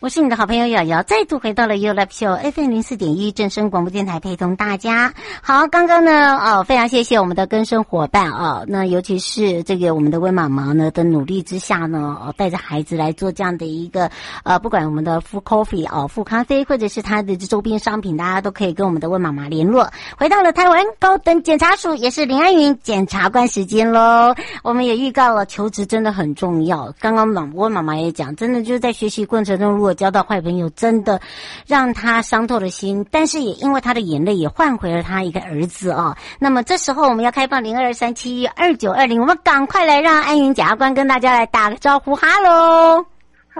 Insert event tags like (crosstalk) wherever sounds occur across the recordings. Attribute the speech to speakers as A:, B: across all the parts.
A: 我是你的好朋友瑶瑶，再度回到了 You Love Show FM 零四点一正声广播电台，陪同大家。好，刚刚呢，哦，非常谢谢我们的跟生伙伴哦，那尤其是这个我们的魏妈妈呢的努力之下呢，哦，带着孩子来做这样的一个呃，不管我们的 Full Coffee 哦，富咖啡，或者是它的周边商品，大家都可以跟我们的魏妈妈联络。回到了台湾高等检察署，也是林安云检察官时间喽。我们也预告了，求职真的很重要。刚刚老温妈妈也讲，真的就是在学习过程中，如果交到坏朋友，真的让他伤透了心。但是也因为他的眼泪，也换回了他一个儿子哦。那么这时候我们要开放零二三七二九二零，我们赶快来让安云检察官跟大家来打个招呼，哈喽。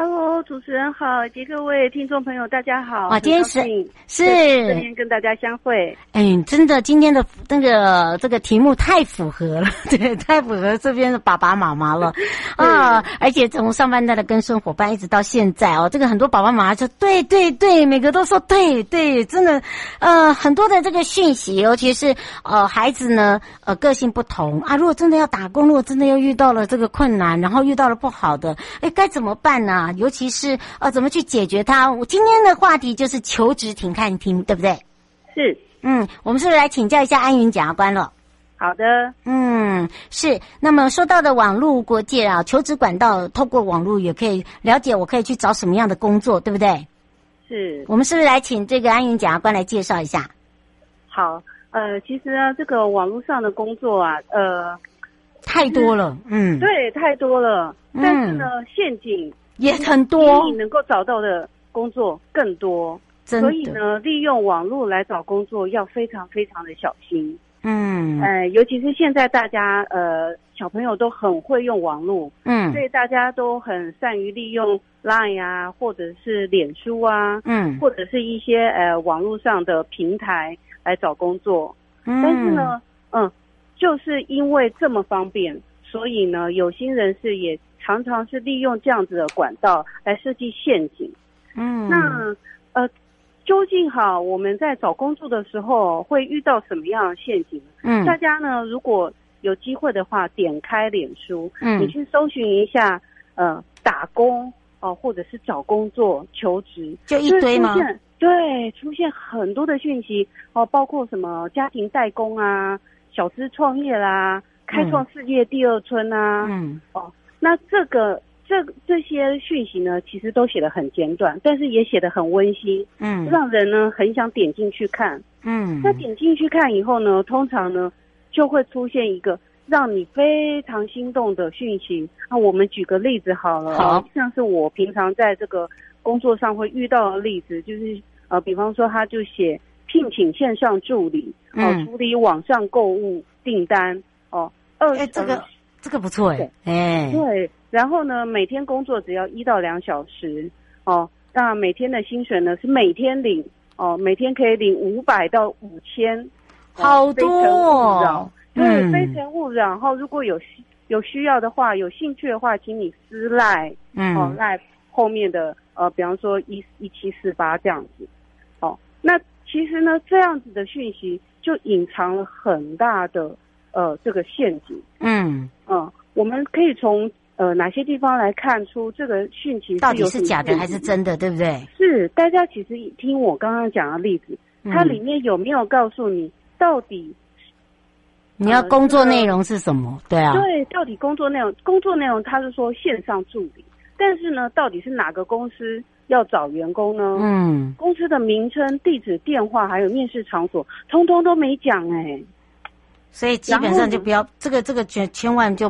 B: Hello，主持人好，以及各位听众朋友，大家好。
A: 哦哇今天是
B: 很高兴
A: 是
B: 在这边跟大家相会。
A: 哎，真的，今天的那个这个题目太符合了， (laughs) 对，太符合这边的爸爸妈妈了啊！而且从上半代的跟生伙伴一直到现在哦，这个很多爸爸妈妈就对对对，每个都说对对，真的，呃，很多的这个讯息，尤其是呃孩子呢，呃个性不同啊，如果真的要打工，如果真的又遇到了这个困难，然后遇到了不好的，哎，该怎么办呢、尤其是呃怎么去解决它？我今天的话题就是求职停看听， (laughs) 对不对？
B: 是
A: 嗯，我们是不是来请教一下安云检察官了？
B: 好的，
A: 嗯，是。那么说到的网络国界啊，求职管道透过网络也可以了解，我可以去找什么样的工作，对不对？
B: 是
A: 我们是不是来请这个安云检察官来介绍一下？
B: 好。呃，其实呢，这个网络上的工作啊，呃，
A: 太多了，嗯，
B: 对，太多了。
A: 嗯
B: 但是呢，陷阱
A: 也很
B: 比
A: 多，
B: 你能够找到的工作更多，
A: 真
B: 所以
A: 的，
B: 呢，利用网络来找工作要非常非常的小心。
A: 嗯
B: 呃，尤其是现在大家呃小朋友都很会用网络，
A: 嗯
B: 所以大家都很善于利用 Line 啊，或者是脸书啊，
A: 嗯，
B: 或者是一些呃网络上的平台来找工作。
A: 但
B: 但是，呢，嗯，就是因为这么方便，所以呢，有心人士也常常是利用这样子的管道来设计陷阱。
A: 嗯，
B: 那呃，究竟哈我们在找工作的时候会遇到什么样的陷阱？
A: 嗯
B: 大家呢，如果有机会的话，点开脸书，你
A: 嗯
B: 去搜寻一下，呃，打工哦、或者是找工作、求职，
A: 就一堆吗
B: 就？是出现？对，出现很多的讯息哦、包括什么家庭代工啊、小资创业啦、开创世界第二春啊。
A: 嗯
B: 那这个这这些讯息呢，其实都写的很简短，但是也写的很温馨，
A: 嗯
B: 让人呢很想点进去看。
A: 嗯，
B: 那点进去看以后呢，通常呢就会出现一个让你非常心动的讯息。那我们举个例子好了，啊
A: 好
B: 像是我平常在这个工作上会遇到的例子，就是呃，比方说他就写聘请线上助理，哦、
A: 嗯
B: 处理网上购物订单，哦、二
A: 哎，这个
B: 呃
A: 这个不错哎
B: 对，
A: 哎，
B: 对，然后呢，每天工作只要一到两小时，哦，那每天的薪水呢是每天领，哦，每天可以领五百到五千，哦
A: 好多
B: 非诚勿
A: 哦
B: 扰，对，
A: 嗯
B: 非诚勿扰。然后如果有需有需要的话，有兴趣的话，请你私赖哦，
A: 嗯
B: 赖后面的呃，比方说一一七四八这样子。哦，那其实呢，这样子的讯息就隐藏了很大的呃这个陷阱。
A: 嗯，
B: 嗯，我们可以从呃哪些地方来看出这个讯息
A: 到底
B: 有
A: 是
B: 什么
A: 假的
B: 问
A: 还是
B: 题？
A: 真的，对不对？
B: 是大家其实听我刚刚讲的例子，它
A: 嗯
B: 里面有没有告诉你到底
A: 你要工作
B: 呃这个
A: 内容是什么？对啊，
B: 对，到底工作内容，工作内容他是说线上助理，但是呢，到底是哪个公司要找员工呢？
A: 嗯，
B: 公司的名称、地址、电话，还有面试场所，通通都没讲哎、
A: 所以基本上就不要这个这个千千万就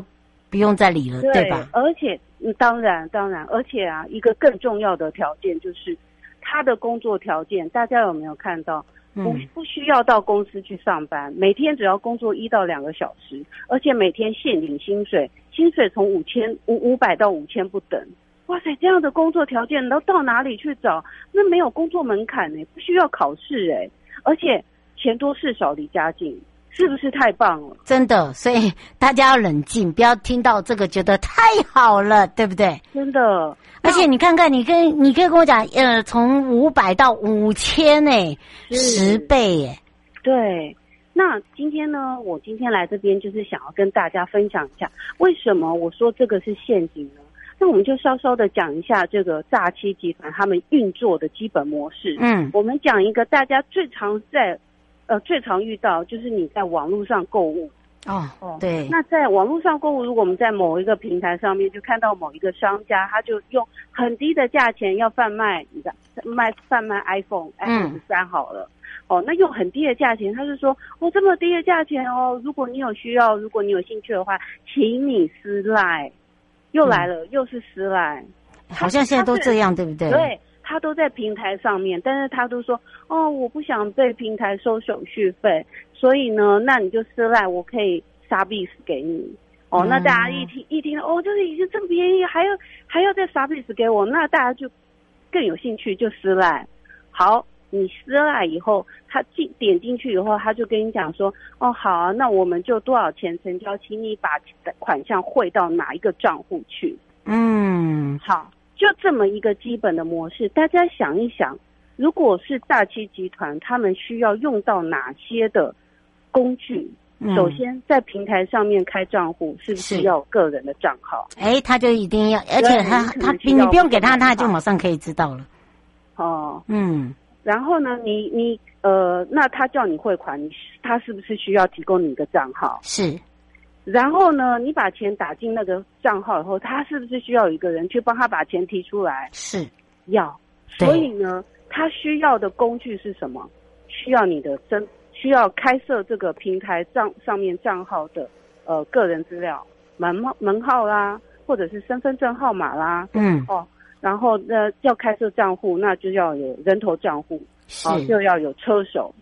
A: 不用再理了，对吧？
B: 而且、嗯当然当然，而且啊，一个更重要的条件就是他的工作条件，大家有没有看到？不
A: 嗯
B: 不需要到公司去上班，每天只要工作一到两个小时，而且每天现领薪水，薪水从五千五五百到五千不等。哇塞，这样的工作条件，你都到哪里去找？那没有工作门槛呢、不需要考试哎、而且钱多事少，离家近，是不是太棒了？
A: 真的，所以大家要冷静，不要听到这个觉得太好了，对不对？
B: 真的，
A: 而且你看看，你跟你可以跟我讲，呃，从五百到五千呢，
B: 是
A: 十倍耶，
B: 对，那今天呢，我今天来这边就是想要跟大家分享一下，为什么我说这个是陷阱呢？那我们就稍稍的讲一下这个诈欺集团他们运作的基本模式。
A: 嗯
B: 我们讲一个大家最常在，呃，最常遇到就是你在网络上购物。
A: 哦
B: 哦，
A: 对，
B: 那在网络上购物，如果我们在某一个平台上面就看到某一个商家，他就用很低的价钱要贩卖你的卖贩卖 iPhone
A: 嗯
B: iPhone 十三好了。哦，那用很低的价钱，他就说哦这么低的价钱哦，如果你有需要，如果你有兴趣的话，请你私赖。又来了，又是私赖。
A: 好像现在都
B: 他是
A: 这样，对不对？
B: 对他都在平台上面，但是他都说哦，我不想被平台收手续费，所以呢，那你就私赖，我可以杀 beef 给你。哦，那大家一听、一听，哦，就是已经这么便宜，还要还要再杀 beef 给我，那大家就更有兴趣，就私赖。好，你私赖以后，他进点进去以后，他就跟你讲说，哦，好啊、那我们就多少钱成交，请你把款项汇到哪一个账户去。
A: 嗯，
B: 好，就这么一个基本的模式，大家想一想，如果是诈欺集团，他们需要用到哪些的工具？
A: 嗯
B: 首，先，在平台上面开账户，是不
A: 是
B: 是要有个人的账号？
A: 哎，他就一定要，而且
B: 对
A: 他
B: 你可能
A: 他
B: 需
A: 你
B: 要
A: 不用给他，
B: 不同的
A: 他就
B: 号
A: 马上可以知道了。
B: 哦，
A: 嗯，
B: 然后呢，你你呃，那他叫你汇款，你他是不是需要提供你的账号？
A: 是，
B: 然后呢，你把钱打进那个账号以后，他是不是需要有一个人去帮他把钱提出来？
A: 是，
B: 要。
A: 对
B: 所以呢，他需要的工具是什么？需要你的真，需要开设这个平台账上面账号的呃个人资料、门号门号啦，或者是身份证号码啦，
A: 嗯，
B: 哦，然后呢要开设账户，那就要有人头账户，
A: 是
B: 哦，，就要有车手，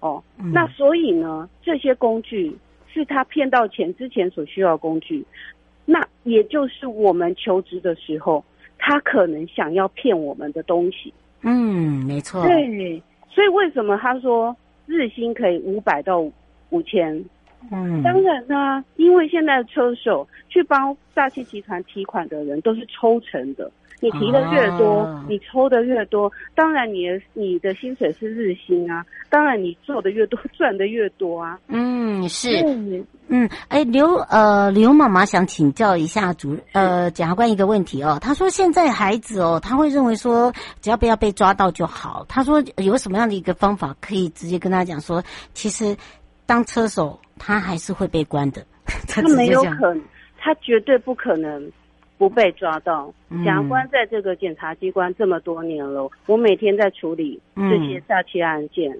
B: 哦，
A: 嗯
B: 那所以呢，这些工具是他骗到钱之前所需要的工具，那也就是我们求职的时候，他可能想要骗我们的东西。
A: 嗯，没错，
B: 对，所以为什么他说日薪可以五百到五千？
A: 嗯，
B: 当然呢，因为现在的车手去帮大汽集团提款的人都是抽成的，你提的越多，
A: 啊
B: 你抽的越多，当然你的你的薪水是日薪啊，当然你做的越多， (laughs) 赚的越多啊。
A: 嗯，是，
B: 对，
A: 嗯，哎，刘呃刘妈妈想请教一下主呃检察官一个问题哦，她说现在孩子哦，他会认为说只要不要被抓到就好，她说有什么样的一个方法可以直接跟他讲说，其实当车手他还是会被关的，他
B: 他
A: 直
B: 没
A: 接
B: 有
A: 讲，
B: 可能，他绝对不可能不被抓到。
A: 嗯
B: 检察官在这个检察机关这么多年了，我每天在处理这些
A: 嗯
B: 诈欺案件，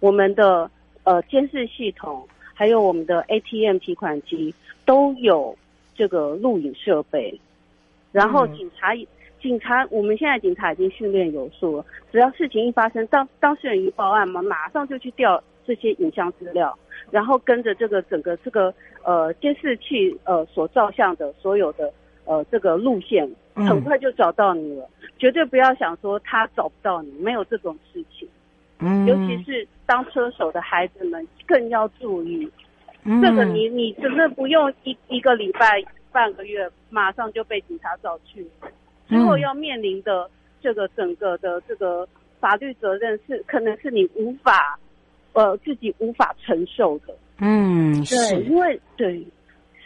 B: 我们的呃监视系统，还有我们的 ATM 提款机都有这个录影设备，然后
A: 嗯
B: 警察也。警察，我们现在警察已经训练有素了，只要事情一发生，当当事人一报案嘛，马上就去调这些影像资料，然后跟着这个整个这个呃监视器呃所照相的所有的呃这个路线，
A: 嗯
B: 很快就找到你了。绝对不要想说他找不到你，没有这种事情。
A: 嗯，
B: 尤其是当车手的孩子们更要注意，
A: 嗯
B: 这个你你真的不用一一个礼拜、半个月，马上就被警察找去，之后
A: 嗯
B: 要面临的这个整个的这个法律责任是可能是你无法呃自己无法承受的。
A: 嗯
B: 对，
A: 是。
B: 因为对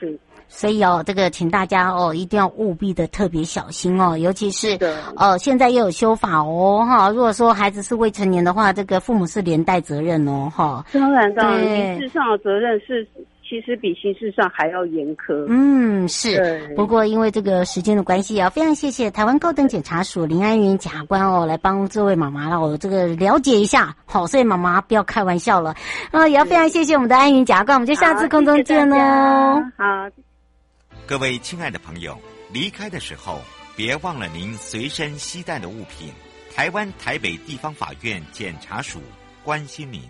B: 是
A: 所以哦，这个请大家哦，一定要务必的特别小心哦，尤其是
B: 的
A: 哦，现在也有修法哦哈。如果说孩子是未成年的话，这个父母是连带责任哦哈。
B: 当然，当然，
A: 对
B: 民事上的责任是其实比刑事上还要严苛。
A: 嗯，是。
B: 对，
A: 不过因为这个时间的关系啊，非常谢谢台湾高等检察署林安云检察官哦，来帮这位妈妈让我这个了解一下。好，所以妈妈不要开玩笑了啊、也要非常谢谢我们的安云检察官，我们就下次空中见哦。
B: 喽。好，
C: 各位亲爱的朋友，离开的时候别忘了您随身携带的物品。台湾台北地方法院检察署关心您。